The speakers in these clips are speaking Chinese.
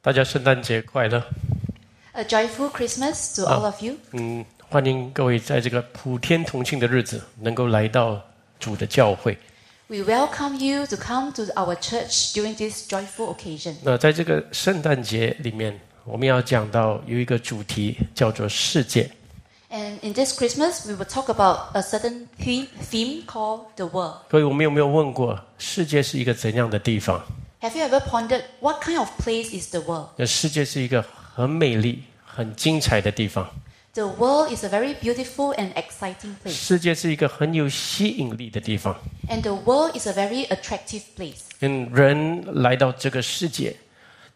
大家圣诞节快乐！ A joyful Christmas to all of you. 嗯，欢迎各位在这个普天同庆的日子能够来到主的教会。 We welcome you to come to our church during this joyful occasion. 那在这个圣诞节里面，我们要讲到有一个主题叫做世界。 And in this Christmas, we will talk about a certain theme, theme called the world. 各位，我们有没有问过世界是一个怎样的地方？ Have you ever pondered what kind of place is the world? 那世界是一个很美丽、很精彩的地方， The world is a very beautiful and exciting place. 世界是一个很有吸引力的地方。 And the world is a very attractive place. 嗯，人来到这个世界，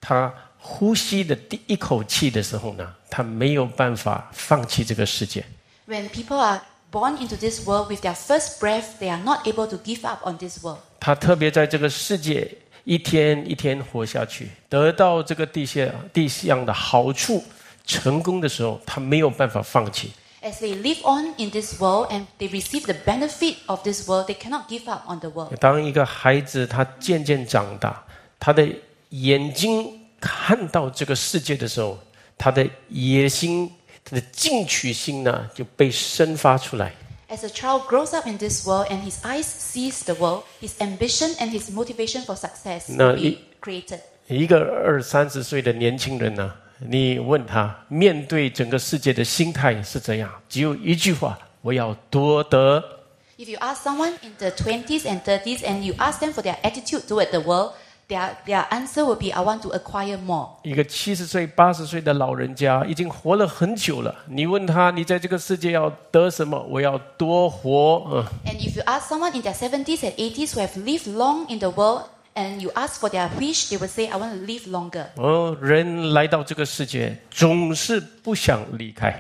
他呼吸的第一口气的时候呢，他没有办法放弃这个世界。 When people are born into this world with their first breath, they are not able to give up on this world. 他特别在这个世界一天一天活下去，得到这个地下地项的好处、成功的时候，他没有办法放弃。 As they live on in this world and they receive the benefit of this world, they cannot give up on the world. 当一个孩子他渐渐长大，他的眼睛看到这个世界的时候，他的野心、他的进取心呢就被生发出来。 As a child grows up in this world and his eyes sees the world, his ambition and his motivation for success No, will be it- created. 一个二三十岁的年轻人呢，你问他面对整个世界的心态是怎样，只有一句话：我要夺得。 If you ask someone in the 20s and 30s and you ask them for their attitude toward the world, their, their answer will be, I want to acquire more. 一个七十岁、八十岁的老人家已经活了很久了，你问他你在这个世界要得什么？我要多活。嗯， And if you ask someone in their 70s and 80s who have lived long in the world and you ask for their wish, they will say, I want to live longer. 而哦人来到这个世界，总是不想离开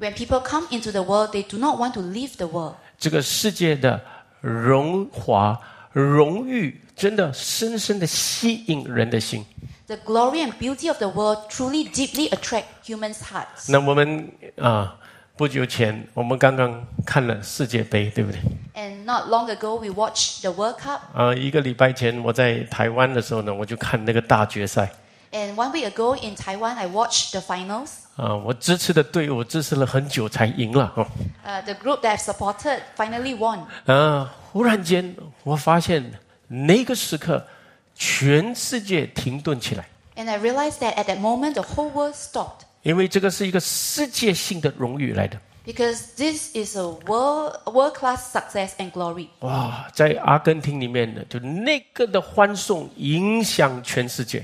When people come into the world, they do not want to leave the world. 这个世界的荣华、荣誉，真的深深的吸引人的心。 The glory and beauty of the world truly deeply attract humans' hearts. 那我们啊、不久前我们刚刚看了世界杯，对不对？ And not long ago, we watched the World Cup. 啊、一个礼拜前我在台湾的时候呢，我就看那个大决赛。 And one week ago in Taiwan, I watched the finals. 啊、我支持的队伍支持了很久才赢了哦。 Uh, the group that I've supported finally won. 啊、忽然间我发现那个时刻，全世界停顿起来， And I realized that at that moment, the whole world stopped 因为这个是一个世界性的荣誉来的。 because this is a world world class success and glory. 哇，在阿根廷里面的，就那个的欢送影响全世界。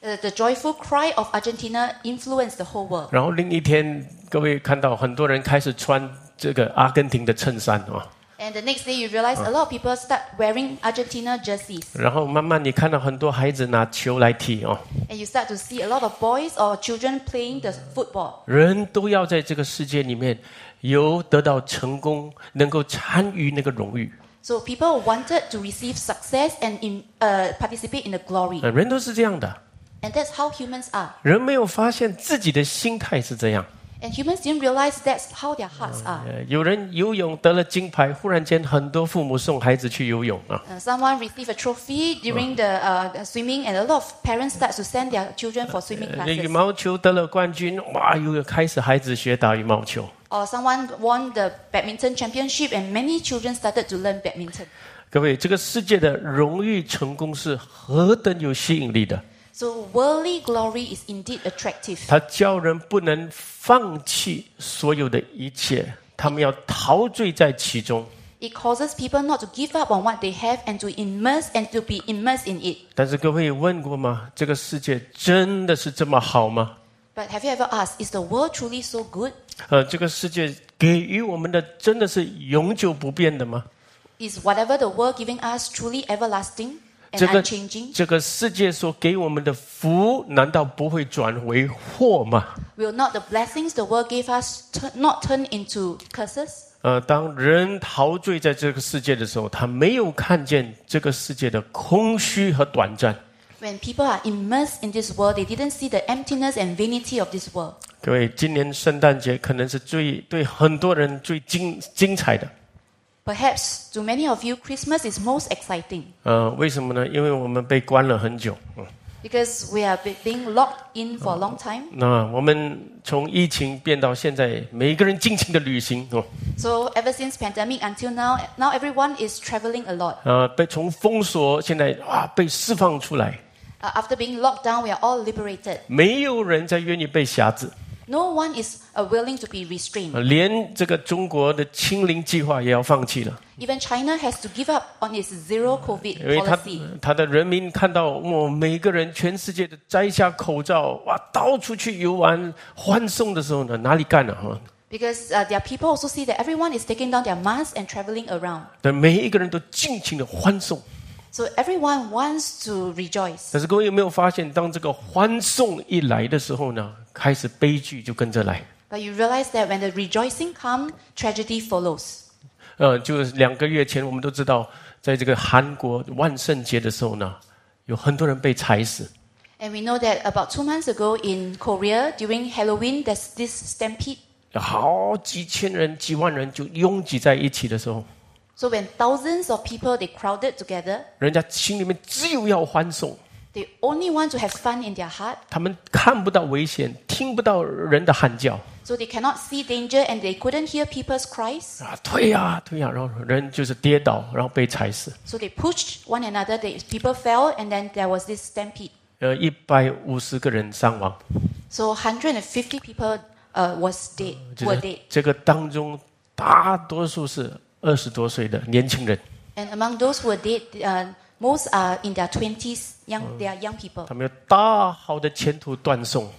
Uh, the joyful cry of Argentina influenced the whole world. 然后另一天，各位看到很多人开始穿这个阿根廷的衬衫哦， And the next day, you realize a lot of people start wearing Argentina jerseys. 然后慢慢你看到很多孩子拿球来踢哦， And you start to see a lot of boys or children playing the football. 人都要在这个世界里面有得到成功，能够参与那个荣誉。 So people wanted to receive success and in, uh, participate in the glory. 呃，人都是这样的， And that's how humans are. 人没有发现自己的心态是这样。 And humans didn't realize that's how their hearts are. 呃，有人游泳得了金牌，忽然间很多父母送孩子去游泳啊。 Uh, someone received a trophy during the uh, swimming, and a lot of parents start to send their children for swimming 呃，羽 classes. 毛球得了冠军，哇，又开始孩子学打羽毛球。 Or someone won the badminton championship, and many children started to learn badminton. 各位，这个世界的荣誉成功是何等有吸引力的！ So worldly glory is indeed attractive. 它叫人不能放弃所有的一切，他们要陶醉在其中。 It causes people not to give up on what they have and to immerse and to be immersed in it. 但是各位有问过吗？这个世界真的是这么好吗？ But have you ever asked, is the world truly so good? 呃，这个世界给予我们的真的是永久不变的吗？ Is whatever the world giving us truly everlasting and 这个 unchanging? 这个世界所给我们的福，难道不会转为祸吗？ Will not the blessings the world gave us tu- not turn into curses? 呃，当人陶醉在这个世界的时候，他没有看见这个世界的空虚和短暂。 When people are immersed in this world, they didn't see the emptiness and vanity of this world. 各位，今年圣诞节可能是最对很多人最精精彩的。 Perhaps to many of you, Christmas is most exciting 呃，为什么呢？因为我们被关了很久。嗯 because we have been being locked in for a long time. 那我们从疫情变到现在，每一个人尽情的旅行哦， So ever since pandemic until now, now everyone is traveling a lot. 啊，被从封锁现在啊被释放出来， Uh, after being locked down, we are all liberated. 没有人再愿意被辖制， No one is uh, willing to be 啊 restrained. 连这个中国的清零计划也要放弃了， Even China has to give up on its zero COVID 因为他 policy 他的人民看到我每个人全世界的摘下口罩，哇，到处去游玩欢送的时候呢，哪里干了哈？ because uh, their people also see that everyone is taking down their masks and traveling around. 对，每一个人都尽情的欢送。 So everyone wants to rejoice. 但是各位有没有发现，当这个欢送一来的时候呢，开始悲剧就跟着来。 But you realize that when the rejoicing comes, tragedy follows. 呃，就是两个月前，我们都知道，在这个韩国万圣节的时候呢，有很多人被踩死。 And we know that about two months ago in Korea, during Halloween, there's this stampede. 好几千人、几万人就拥挤在一起的时候， So when thousands of people they crowded together, 人家心里面只有要欢送， they only want to have fun in their heart, 他们看不到危险，听不到人的喊叫 so they cannot see danger and they couldn't hear people's cries. 啊，退呀、退呀、然后人就是跌倒，然后被踩死。 So they pushed one another, they, people fell, and then there was this stampede. 呃，一百五十个人伤亡， So 150 people uh, was dead, 就 were 是 dead. 这个当中大多数是二十多岁的年轻人， And among those who were dead, uh, most are in their 20s, young, they are young people. 他们有大好的前途断送。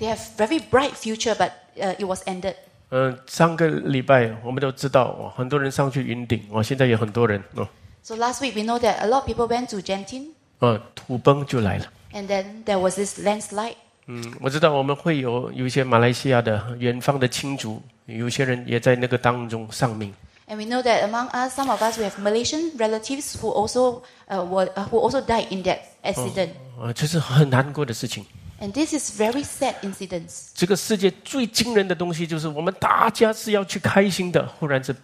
They have very bright future, but uh, it was ended. 嗯，上个礼拜我们都知道，哦很多人上去云顶，哦，现在有很多人，哦， So last week we know that a lot of people went to Genting, 呃，土崩就来了。 and then there was this landslide. 嗯，我知道我们会有有一些马来西亚的远方的亲族，有些人也在那个当中丧命。 And we know that among us, some of us we have Malaysian relatives who also uh, were uh, who also died in that accident. 啊，这是很难过的事情。 And this is very sad incidents. 这个世界最惊人的东西就是，我们大家是要去开心的，忽然是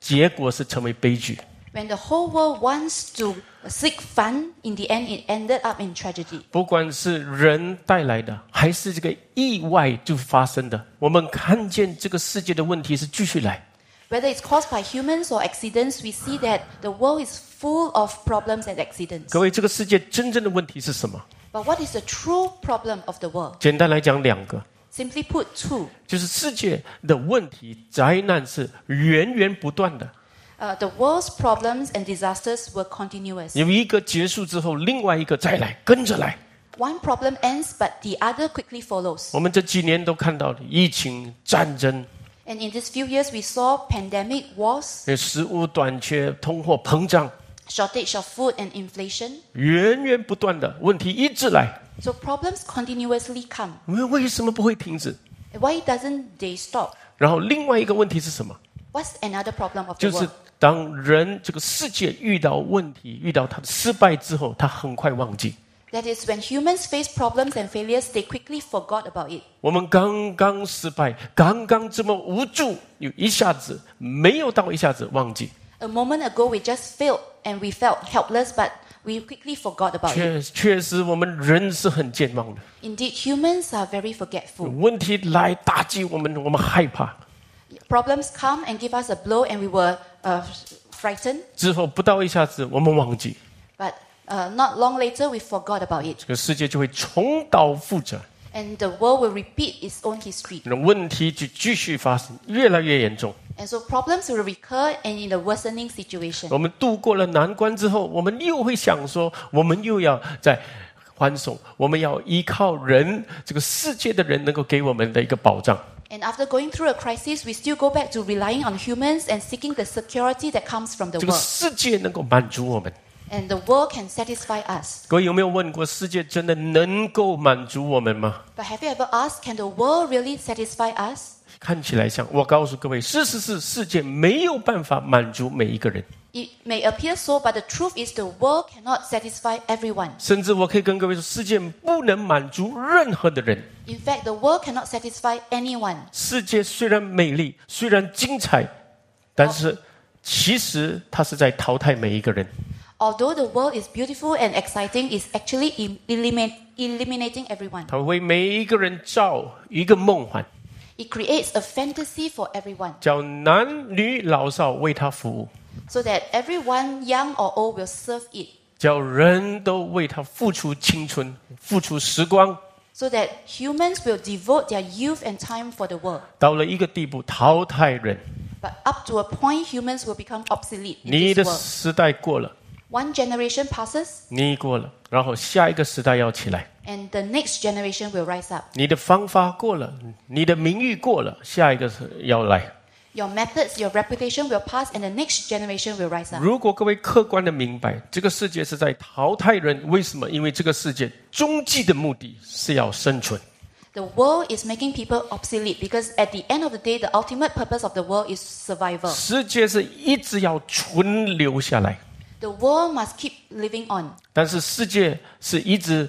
结果是成为悲剧。 When the whole world wants to seek fun, in the end it ended up in tragedy. 不管是人带来的，还是这个意外就发生的，我们看见这个世界的问题是继续来。 Whether it's caused by humans or accidents, we see that the world is full of problems and accidents. 各位，这个世界真正的问题是什么？ But what is the true problem of the world? 简单来讲，两个， Simply put, two. 就是世界的问题、灾难是源源不断的， Uh, the world's problems and disasters were continuous. 有一个结束之后，另外一个再来，跟着来。 One problem ends, but the other quickly follows. 我们这几年都看到了疫情、战争、 And in these few years, we saw pandemic, wars, 呃食物短缺、通货膨胀， shortage of food, and inflation. 源源不断的问题一直来。 So problems continuously come. 我们为什么不会停止？ Why doesn't they stop? 然后另外一个问题是什么？ What's another problem of 就 the 是 world? 当人这个世界遇到问题、遇到他的失败之后，他很快忘记。 That is, when humans face problems and failures, they quickly forgot about it. 我们刚刚失败，刚刚这么无助，有一下子没有到，一下子忘记， A moment ago, we just failed and we felt helpless, but we quickly forgot about it. 确确实我们人是很健忘的。 Indeed, humans are very forgetful. 问题来打击我们，我们害怕， Problems come and give us a blow, and we were uh, frightened, 之后不到一下子我们忘记， but uh, not long later, we forgot about it. 这个世界就会重蹈覆辙， And the world will repeat its own history. 那问题就继续发生，越来越严重。 And so problems will recur and in a worsening situation. 我们度过了难关之后，我们又会想说，我们又要在欢送，我们要依靠人这个世界的人能够给我们的一个保障。 And after going through a crisis, we still go back to relying on humans and seeking the security that comes from the 这个 world. 世界能够满足我们。 And the world can satisfy us. 各位有没有问过，世界真的能够满足我们吗？ But have you ever asked, can the world really satisfy us? 看起来像，我告诉各位，事实是世界没有办法满足每一个人， It may appear so, but the truth is the world cannot satisfy everyone. 甚至我可以跟各位说，世界不能满足任何的人。 In fact, the world cannot satisfy anyone. 世界虽然美丽，哦虽然精彩，但是其实它是在淘汰每一个人。 Although the world is beautiful and exciting, it's actually em- eliminate, eliminating everyone. 它为每一个人造一个梦幻， It creates a fantasy for everyone 叫男女老少为他服务， so that everyone, young or old, will serve it, 叫人都为他付出青春，付出时光。 so that humans will devote their youth and time for the world. 到了一个地步，淘汰人。 But up to a point, humans will become obsolete 你 in 的 this world. 时代过了， One generation passes, 你过了，然后下一个时代要起来。 and the next generation will rise up. 你的方法过了，你的名誉过了，下一个是要来。 Your methods, your reputation will pass, and the next generation will rise up. 如果各位客观的明白，这个世界是在淘汰人，为什么？因为这个世界终极的目的是要生存。 The world is making people obsolete because at the end of the day, the ultimate purpose of the world is survival. 世界是一直要存留下来， The world must keep living on, 但是世界是一直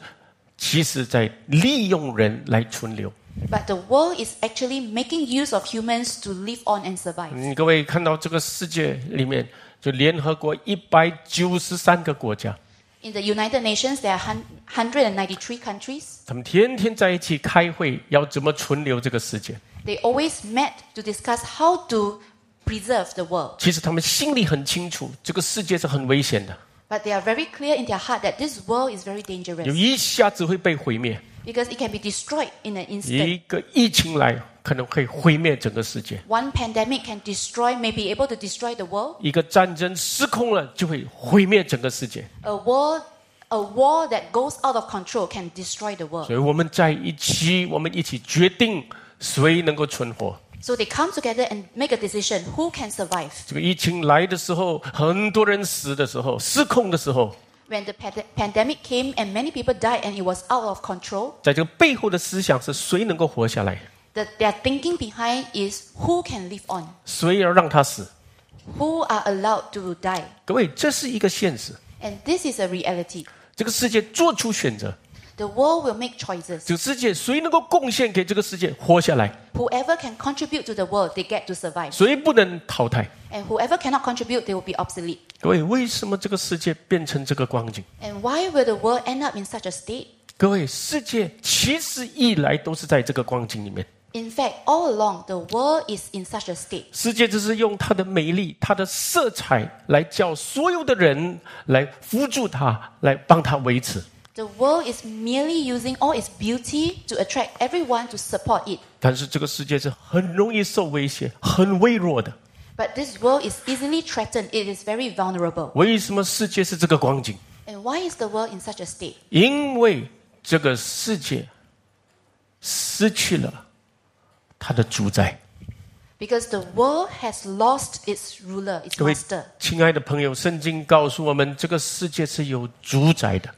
其实在利用人来存留。 but the world is actually making use of humans to live on and survive. 嗯，各位看到这个世界里面，就联合国一百九十三个国家， In the United Nations, there are hun- 193 countries. 他们天天在一起开会，要怎么存留这个世界。 They always met to discuss how to preserve the world, 其实他们心里很清楚，这个世界是很危险的， but they are very clear in their heart that this world is very 有 dangerous 一下子会被毁灭， because it can be destroyed in an instant. 一个疫情来可能会毁灭整个世界， One pandemic can destroy, may be able to destroy the world. 一个战争失控了就会毁灭整个世界。 A war, a war that goes out of control can destroy the world. 所以我们在一起，我们一起决定谁能够存活。 So they come together and make a decision who can survive. 这个疫情来的时候，很多人死的时候，失控的时候， When the pand- pandemic came and many people died and it was out of control, 在这个背后的思想是谁能够活下来， the, their thinking behind is who can live on, 谁要让他死。 who are allowed to die. 各位，这是一个现实。 And this is a reality. 这个世界做出选择， The world will make choices. 这个世界谁能够贡献给这个世界活下来， Whoever can contribute to the world, they get to survive. 谁不能淘汰。 And whoever cannot contribute, they will be obsolete. 各位，为什么这个世界变成这个光景？ And why will the world end up in such a state? 各位，世界其实一来都是在这个光景里面。 In fact, all along, the world is in such a state. 世界只是用它的美丽、它的色彩来叫所有的人来扶助它，来帮它维持。 The world is merely using all its beauty to attract everyone to support it. 但是这个世界是很容易受威胁、很微弱的。 But this world is easily threatened, it is very vulnerable. 为什么世界是这个光景？ And why is the world in such a state? 因为这个世界失去了它的主宰。 Because the world has lost its ruler, its 各位 master. 亲爱的朋友，圣经告诉我们，这个世界是有主宰的。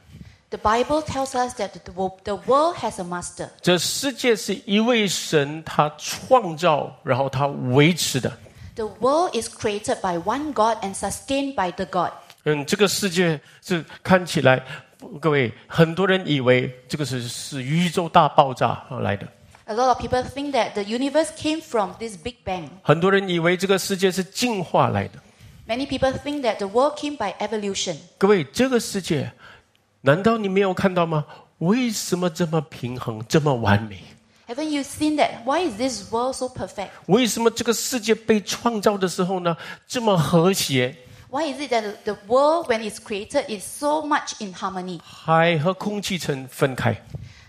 The Bible tells us that the wo- the world has a master. 这世界是一位神他创造，然后他维持的。 The world is created by one God and sustained by the God. 嗯，这个世界是看起来，各位很多人以为这个是是宇宙大爆炸而来的， A lot of people think that the universe came from this Big Bang. 很多人以为这个世界是进化来的。 Many people think that the world came by evolution. 各位，这个世界，难道你没有看到吗？为什么这么平衡，这么完美？ Haven't you seen that? Why is this world so perfect? 为什么这个世界被创造的时候呢，这么和谐？ Why is it that the world, when it's created, is so much in harmony? 海和空气层分开，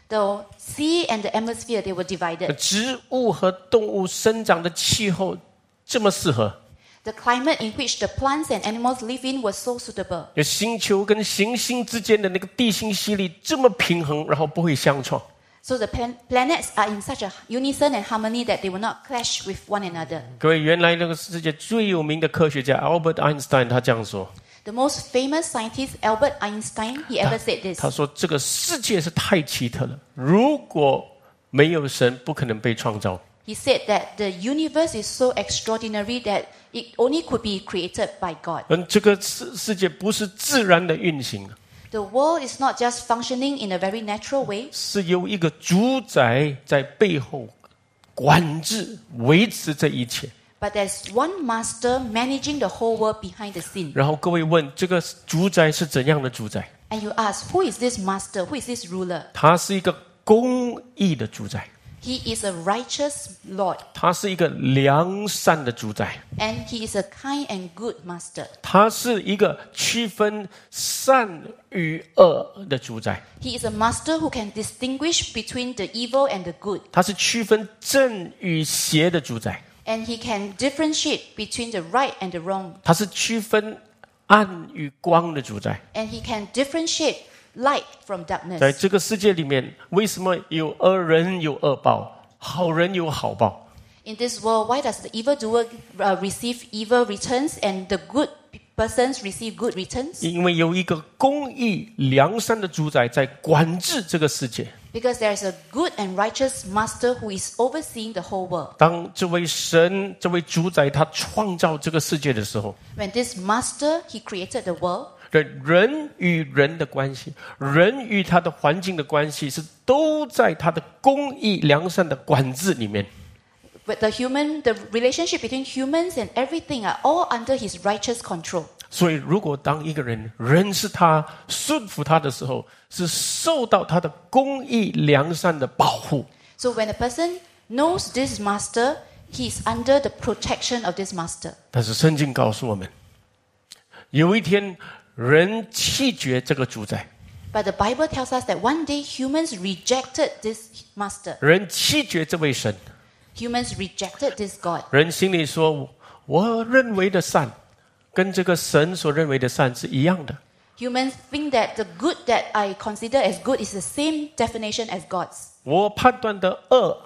The sea and the atmosphere they were divided. 植物和动物生长的气候这么适合， The climate in which the plants and animals live in was so suitable. 有星球跟行星之间的那个地心吸力这么平衡，然后不会相撞。 So the plan- planets are in such a unison and harmony that they will not clash with one another. 各位，原来那个世界最有名的科学家 Albert Einstein 他这样说， The most famous scientist Albert Einstein, he ever said this. 他说：“这个世界是太奇特了，如果没有神，不可能被创造。 He said that the universe is so extraordinary that it only could be created by God. 嗯，这个世世界不是自然的运行， The world is not just functioning in a very natural way. 是由一个主宰在背后管制、维持这一切。 But there's one master managing the whole world behind the scene. 然后各位问这个主宰是怎样的主宰？ And you ask, who is this master? Who is this ruler? 他是一个公义的主宰， He is a righteous Lord 他是一个良善的主宰， and he is a kind and good master. 他是一个区分善与恶的主宰， He is a master who can distinguish between the evil and the good, 他是区分正与邪的主宰， and he can differentiate between the right and the wrong, 他是区分暗与光的主宰。 and he can differentiate light from 在 darkness. 这个世界里面，为什么有恶人有恶报，好人有好报？ In this world, why does the evildoer uh, receive evil returns and the good persons receive good returns? 因为有一个公义良善的主宰在管制这个世界。 Because there is a good and righteous master who is overseeing the whole world. 当这位神、这位主宰他创造这个世界的时候， When this master, he created the world, 人人与人的关系，人与他的环境的关系是都在他的公义良善的管制里面。 But the human, the relationship between humans and everything are all under his righteous control. 所以，如果当一个人人是他顺服他的时候，是受到他的公义良善的保护。 So when a person knows this master, he is under the protection of this master. 但是圣经告诉我们，有一天人弃绝这个主宰， But the Bible tells us that one day humans rejected this master. 人弃绝这位神， Humans rejected this God. 人心里说：“我认为的善，跟这个神所认为的善是一样的。 Humans think that the good that I consider as good is the same definition as God's. 我判断的恶，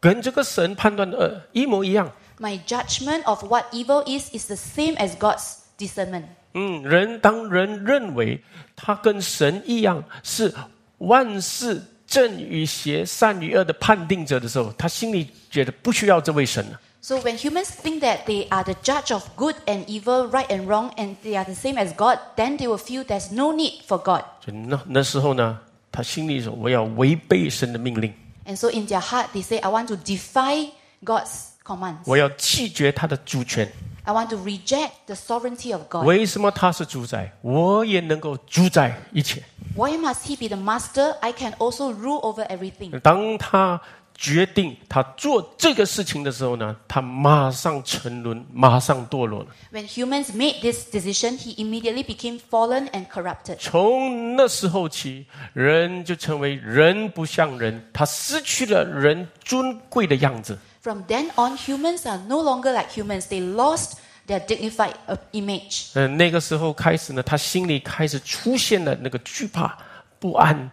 跟这个神判断的恶一模一样。 My judgment of what evil is is the same as God's discernment. ”嗯，人当人认为他跟神一样是万事正与邪、善与恶的判定者的时候，他心里觉得不需要这位神了。 So when humans think that they are the judge of good and evil, right and wrong, and they are the same as God, then they will feel there's no need for God. 就那那时候呢，他心里说：“我要违背神的命令， And so in their heart, they say, I want to defy God's commands. 我要弃绝他的主权。 I want to reject the sovereignty of God. 为什么他是主宰，我也能够主宰一切？ Why must He be the master? I can also rule over everything. 当他决定他做这个事情的时候呢，他马上沉沦，马上堕落了。 When humans made this decision, He immediately became fallen and corrupted. 从那时候起，人就成为人不像人，他失去了人尊贵的样子。 From then on, humans are no longer like humans. They lost their dignified uh, image. 嗯，那个时候开始呢，他心里开始出现了那个惧怕、不安，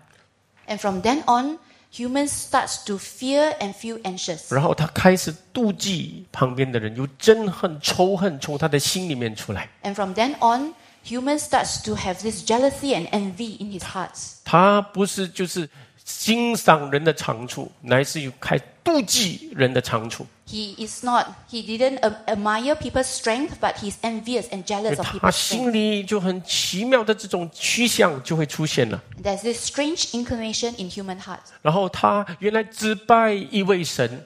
And from then on, humans starts to fear and feel anxious. 然后他开始妒忌旁边的人，有憎恨、仇恨从他的心里面出来。 And from then on, humans starts to have this jealousy and envy in his hearts. 他不是就是欣赏人的长处，乃是于开妒忌人的长处。 He is not. He didn't a- admire people's strength, but he's envious and jealous of 他 people's strength. 心里就很奇妙的这种趋向就会出现了。 There's this strange inclination in human hearts. 然后他原来只拜一位神，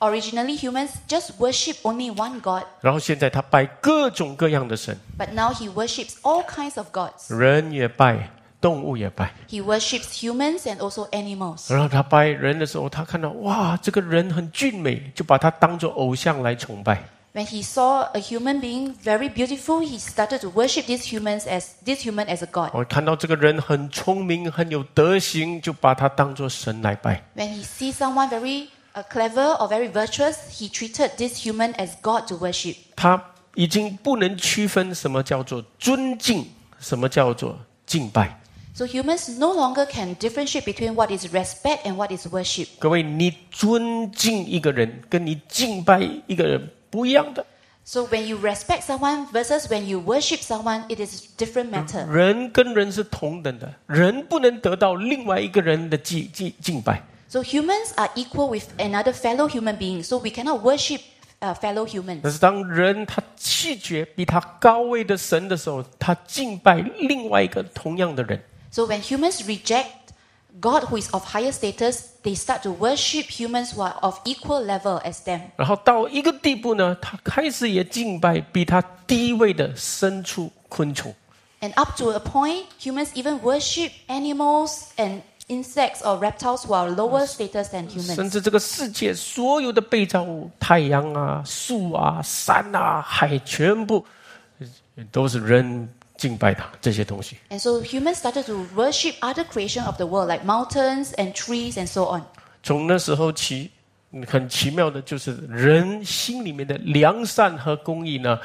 Originally, humans just worship only one God, 然后现在他拜各种各样的神， but now he worships all kinds of gods. 人也拜，动物也拜。 He worships humans and also animals. 然后他拜人的时候，他看到哇，这个人很俊美，就把他当做偶像来崇拜。 When he saw a human being very beautiful, he started to worship these humans as this human as a god. 我看到这个人很聪明，很有德行，就把他当做神来拜。 When he sees someone very uh, clever or very virtuous, he treated this human as god to worship. 他已经不能区分什么叫做尊敬，什么叫做敬拜。 So humans no longer can differentiate between what is respect and what is worship. 各位，你尊敬一个人，跟你敬拜一个人不一样的。 So when you respect someone versus when you worship someone, it is different matter. 人跟人是同等的，人不能得到另外一个人的敬敬敬拜。 So humans are equal with another fellow human being. So we cannot worship uh, fellow 但 humans. 是当人他弃绝比他高位的神的时候，他敬拜另外一个同样的人。 So when humans reject God who is of higher status, they start to worship humans who are of equal level as them. 然后到一个地步呢，他开始也敬拜比他低位的牲畜、昆虫。 And up to a point, humans even worship animals and insects or reptiles who are lower status than 甚 humans. 至这个世界所有的被造物，太阳啊、树啊、山啊、海，全部呃都是人敬拜他这些东西。 And so humans started to worship other creation of the world like mountains and trees and so on. 从那时候起，嗯很奇妙的就是人心里面的良善和公益呢，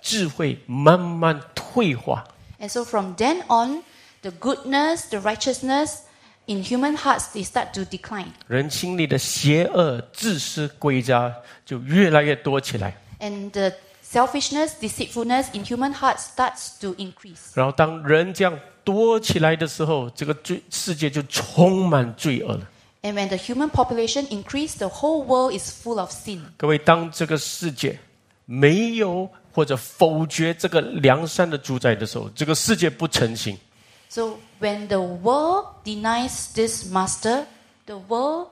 智慧慢慢退化， And so from then on, the goodness, the righteousness in human hearts, they start to decline. 人心里的邪恶、自私、归家就越来越多起来。 And the selfishness, deceitfulness in human hearts starts to increase. 然后，当人这样多起来的时候，这个罪世界就充满罪恶了。 And when the human population increase, the whole world is full of sin. 各位，当这个世界没有或者否决这个良善的主宰的时候，这个世界不成形。 So when the world denies this master, the world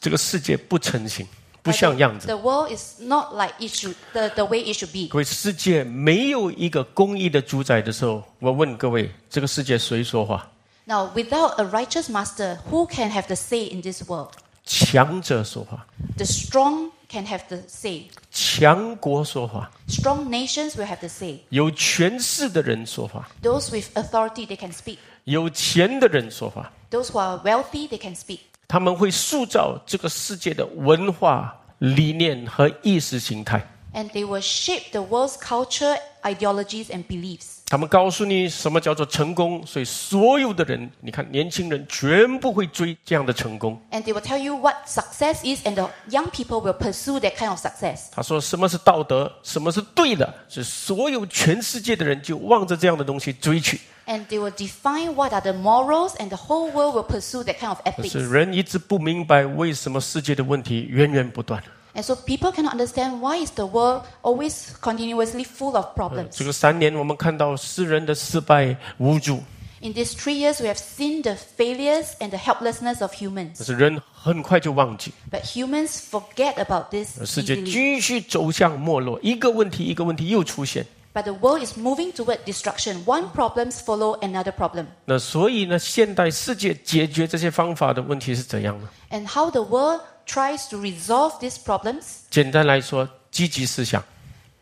这个世界不成形，不像样子。 The world is not like it should the, the way it should be. 各位，世界没有一个公义的主宰的时候，我问各位，这个世界谁说话？ Now, without a righteous master, who can have the say in this world? 强者说话， The strong can have the say. 强国说话， Strong nations will have the say. 有权势的人说话， Those with authority, they can speak. 有钱的人说话， Those who are wealthy, they can speak. 他们会塑造这个世界的文化理念和意识形态。 And they will shape the world's culture, ideologies, and beliefs. 他们告诉你什么叫做成功，所以所有的人，你看年轻人全部会追这样的成功。 And they will tell you what success is, and the young people will pursue that kind of success. 他说什么是道德，什么是对的，是所有全世界的人就望着这样的东西追去。 And they will define what are the morals, and the whole world will pursue that kind of 可 ethics. 是人一直不明白为什么世界的问题源源不断。 And so people cannot understand why is the world always continuously full of 这 problems. 个三年，我们看到诗人的失败、无助， In these three years, we have seen the failures and the helplessness of 可 humans. 是人很快就忘记， But humans forget about this 而世界 easily. 继续走向没落，一个问题一个问题又出现。 But the world is moving toward destruction. One problems follow another problem. 那所以呢，现代世界解决这些方法的问题是怎样呢？ And how the world tries to resolve these problems, 简单来说，积极思想。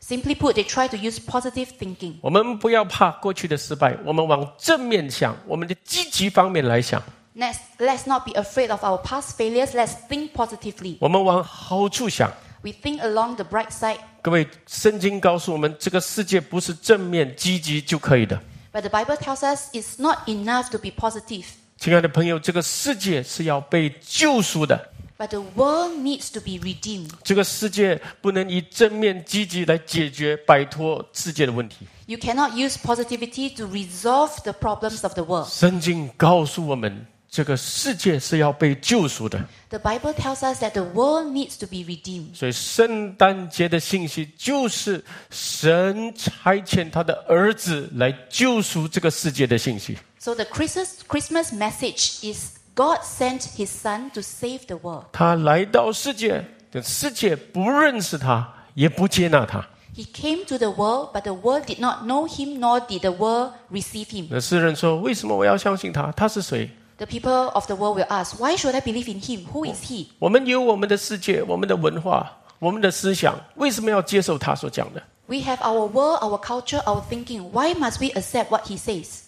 simply put, they try to use positive thinking. 我们不要怕过去的失败，我们往正面想，我们的积极方面来想， Next, let's not be afraid of our past failures. Let's think positively. 我们往好处想。 We think along the bright side. 各位，圣经告诉我们，这个世界不是正面积极就可以的。 But the Bible tells us it's not enough to be positive. 亲爱的朋友，这个世界是要被救赎的， But the world needs to be redeemed. 这个世界不能以正面积极来解决摆脱世界的问题。 You cannot use positivity to resolve the problems of the world. 圣经告诉我们，这个世界是要被救赎的。 The Bible tells us that the world needs to be redeemed. 所以圣诞节的信息就是神差遣他的儿子来救赎这个世界的信息。 So the Christmas, Christmas message is God sent his son to save the world. 他来到世界，世界不认识他，也不接纳他。 He came to the world, but the world did not know him, nor did the world receive him. 那诗人说：“为什么我要相信他？他是谁？ The people of the world will ask, Why should I believe in him? Who is he? 我们有我们的世界、我们的文化、我们的思想，为什么要接受他所讲的？ We have our world, our culture, our thinking. Why must we accept what he says?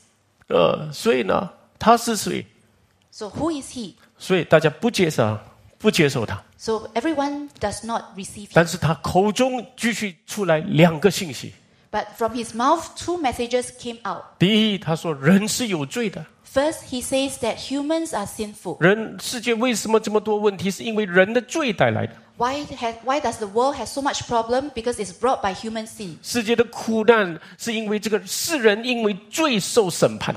呃，所以呢，他是谁？ So who is he? 所以大家不接受，不接受他。 So everyone does not receive him. 但是他口中继续出来两个信息： But from his mouth, two messages came out. 第一，他说人是有罪的， First, he says that humans are sinful. 人世界为什么这么多问题，是因为人的罪带来的。 Why, has, why does the world have so much problem? Because it's brought by human sin. 世界的苦难是因为这个世人因为罪受审判。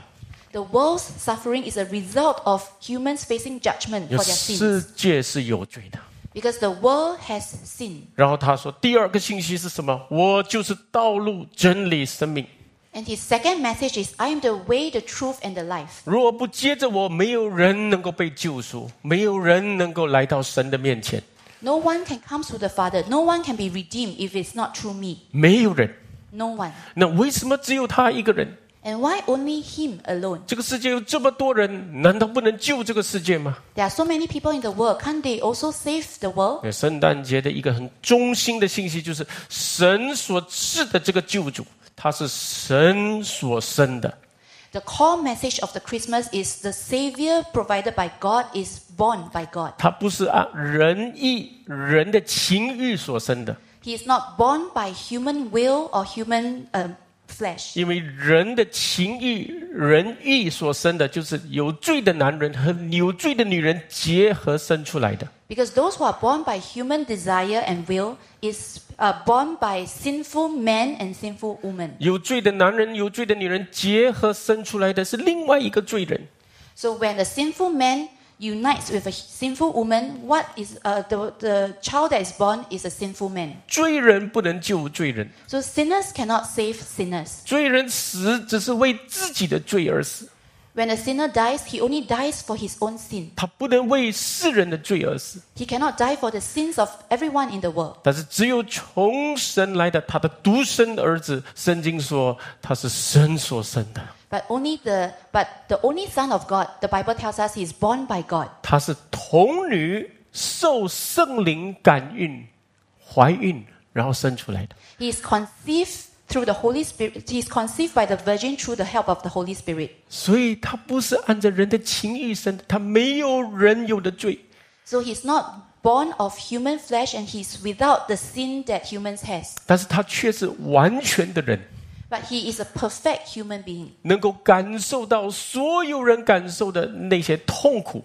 The world's suffering is a result of humans facing judgment for their 世 sins. 界是有罪的。 Because the world has sin. 然后他说，第二个信息是什么？我就是道路、真理、生命。 And his second message is, I am the way, the truth, and the life. 如果不接着我，没有人能够被救赎，没有人能够来到神的面前， No one can come to the Father. No one can be redeemed if it's not through me. 没有人。 No one. 那为什么只有他一个人？ And why only him alone? 这个世界有这么多人，难道不能救这个世界吗？ There are so many people in the world. Can't they also save the world? 呃圣诞节的一个很中心的信息就是，神所赐的这个救主，他是神所生的， The core message of the Christmas is the Savior provided by God is born by God. 他不是按人意、人的情欲所生的， He is not born by human will or human um, flesh. 因为人的情欲、人意所生的，就是有罪的男人和有罪的女人结合生出来的。 Because those who are born by human desire and will is uh, born by sinful man and sinful woman. 有罪的男人、有罪的女人结合生出来的是另外一个罪人。 So when a sinful man unites with a sinful woman, what is uh, the, the child that is born is a sinful man. 罪人不能救罪人， So sinners cannot save sinners. 罪人死只是为自己的罪而死， When a sinner dies, he only dies for his own sin. 他不能为世人的罪而死。 He cannot die for the sins of everyone in the world. 但是只有从神来的他的独生儿子，圣经说他是神所生的， But only the but the only son of God, the Bible tells us he is born by God. 他是童女受圣灵感孕，怀孕然后生出来的。 He is conceived through the Holy Spirit. He is conceived by the Virgin through the help of the Holy Spirit. 所以他不是按着人的情欲生的，他没有人有的罪。 So he's not born of human flesh and he's without the sin that humans has. 但是他却是完全的人， But he is a perfect human being. 能够感受到所有人感受的那些痛苦。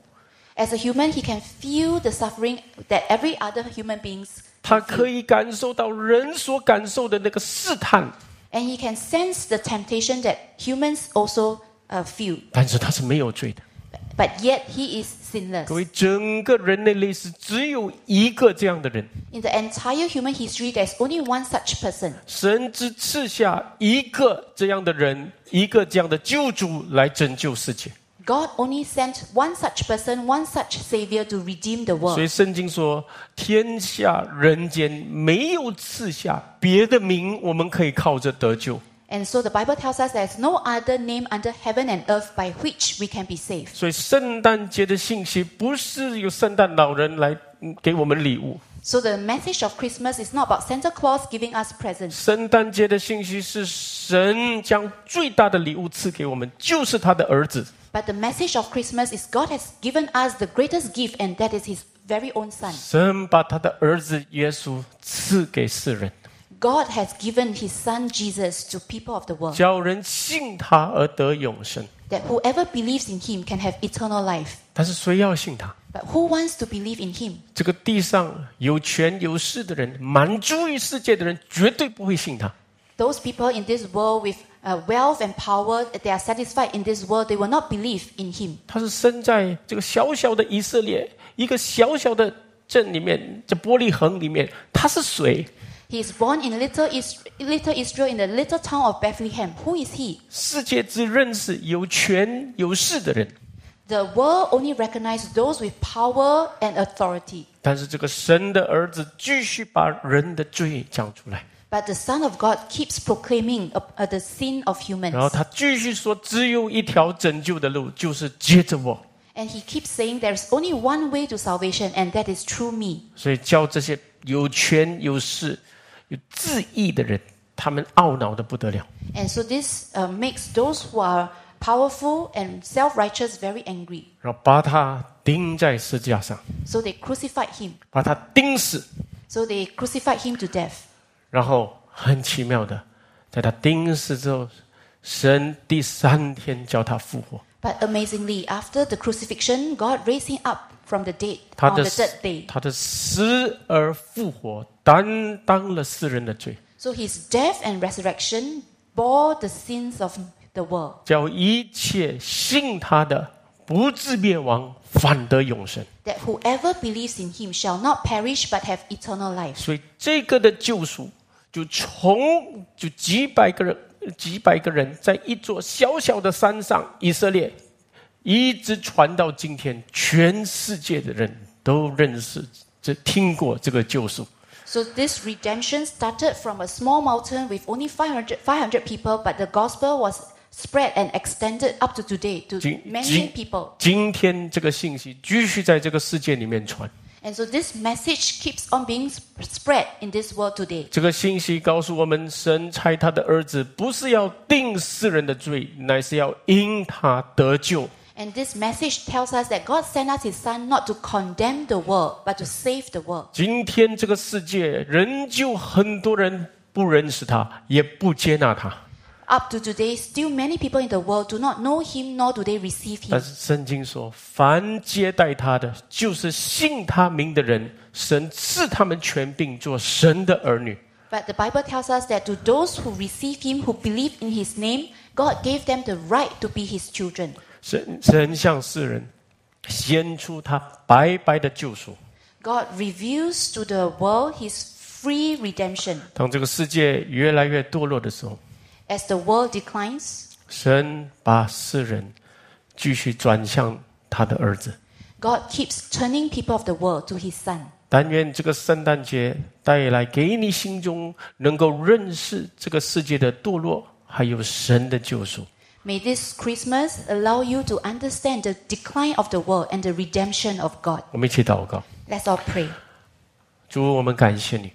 As a human, he can feel the suffering that every other human beings 他 can feel. 可以感受到人所感受的那个试探， and he can sense the temptation that humans also uh, feel. 但是他是没有罪的。 But yet he is sinless. 各位，整个人类历史只有一个这样的人， In the entire human history, there's only one such person. 神之赐下一个这样的人，一个这样的救主来拯救世界。 God only sent one such person, one such savior to redeem the 所以 world. 圣经说，天下人间没有赐下别的名，我们可以靠着得救。 And so the Bible tells us there's no other name under heaven and earth by which we can be saved. 所以圣诞节的信息不是由圣诞老人来嗯给我们礼物， So the message of Christmas is not about Santa Claus giving us presents. 圣诞节的信息是神将最大的礼物赐给我们，就是他的儿子。 But the message of Christmas is God has given us the greatest gift, and that is His very own Son. 神把他的儿子耶稣赐给世人， God has given His Son Jesus to people of the world, 叫人信他而得永生。 that whoever believes in Him can have eternal life. 但是谁要信他？ But who wants to believe in Him? 这个地上有权有势的人，满足于世界的人，绝对不会信他。 Those people in this world with uh, wealth and power, they are satisfied in this world, they will not believe in Him. 他是生在这个小小的以色列一个小小的镇里面，这玻璃恒里面，他是谁？ He is born in little, Is- little Israel in the little town of Bethlehem. Who is he? 世界只认识有权有势的人， The world only recognizes those with power and authority. 但是这个神的儿子继续把人的罪讲出来， But the Son of God keeps proclaiming uh, uh, the sin of 然后 humans. 他继续说，只有一条拯救的路，就是接着我。 And he keeps saying there is only one way to salvation, and that is through me. 所以叫这些有权有势、有自义的人，他们懊恼的不得了。 And so this uh, makes those who are powerful and self righteous very angry. 然后把他钉在十字架上， So they crucified him. 把他钉死， So they crucified him to death. 然后很奇妙的，在他钉死之后，神第三天叫他复活， But amazingly, after the crucifixion, God raised him up from the dead 他 on 的 the third day. 他的死而复活，担当了世人的罪， So his death and resurrection bore the sins of the world, 叫一切信他的不至灭亡，反得永生。 that whoever believes in him shall not perish but have eternal life. 所以这个的救赎，就从就几百个人几百个人在一座小小的山上，以色列一直传到今天，全世界的人都认识、这听过这个救赎。 So this redemption started from a small mountain with only 500, 500 people, but the gospel was spread and extended up to today to 今 many 今 people. 今天这个信息继续在这个世界里面传。 And so this message keeps on being sp- spread in this world today. 这个信息告诉我们，神差他的儿子不是要定世人的罪，乃是要因他得救。 And this message tells us that God sent us His Son not to condemn the world, but to save the world. 今天这个世界仍旧很多人不认识他，也不接纳他。 Up to today, still many people in the world do not know Him, nor do they receive 但 Him. 是圣经说，凡接待他的，就是信他名的人，神赐他们权柄做神的儿女。 But the Bible tells us that to those who receive Him, who believe in His name, God gave them the right to be His children. 神神向世人显出他白白的救赎。 God reveals to the world His free redemption. 当这个世界越来越堕落的时候， As the world declines, 神把世人继续转向他的儿子。 God keeps turning people of the world to His Son. 但愿这个圣诞节带来给你心中能够认识这个世界的堕落，还有神的救赎。 May this Christmas allow you to understand the decline of the world and the redemption of God. 我们一起祷告， Let's all pray. 主，我们感谢你。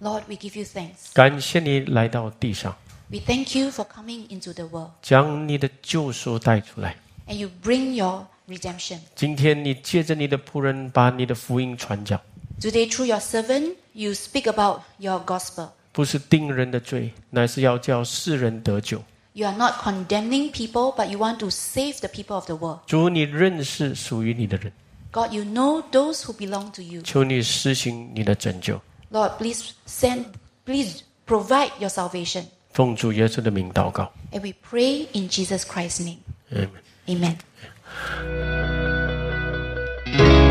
Lord, we give you thanks. 感谢你来到地上， We thank you for coming into the world 将你的救赎带出来。 and you bring your redemption. 今天你借着你的仆人，把你的福音传讲， Today, through your servant, you speak about your gospel. 不是定人的罪，乃是要叫世人得救。 You are not condemning people, but you want to save the people of the world. 主，你认识属于你的人， God, you know those who belong to you. 求你施行你的拯救。 Lord, please send, please provide your salvation. 奉主耶稣的名祷告， And we pray in Jesus Christ's name. 阿门。 Amen.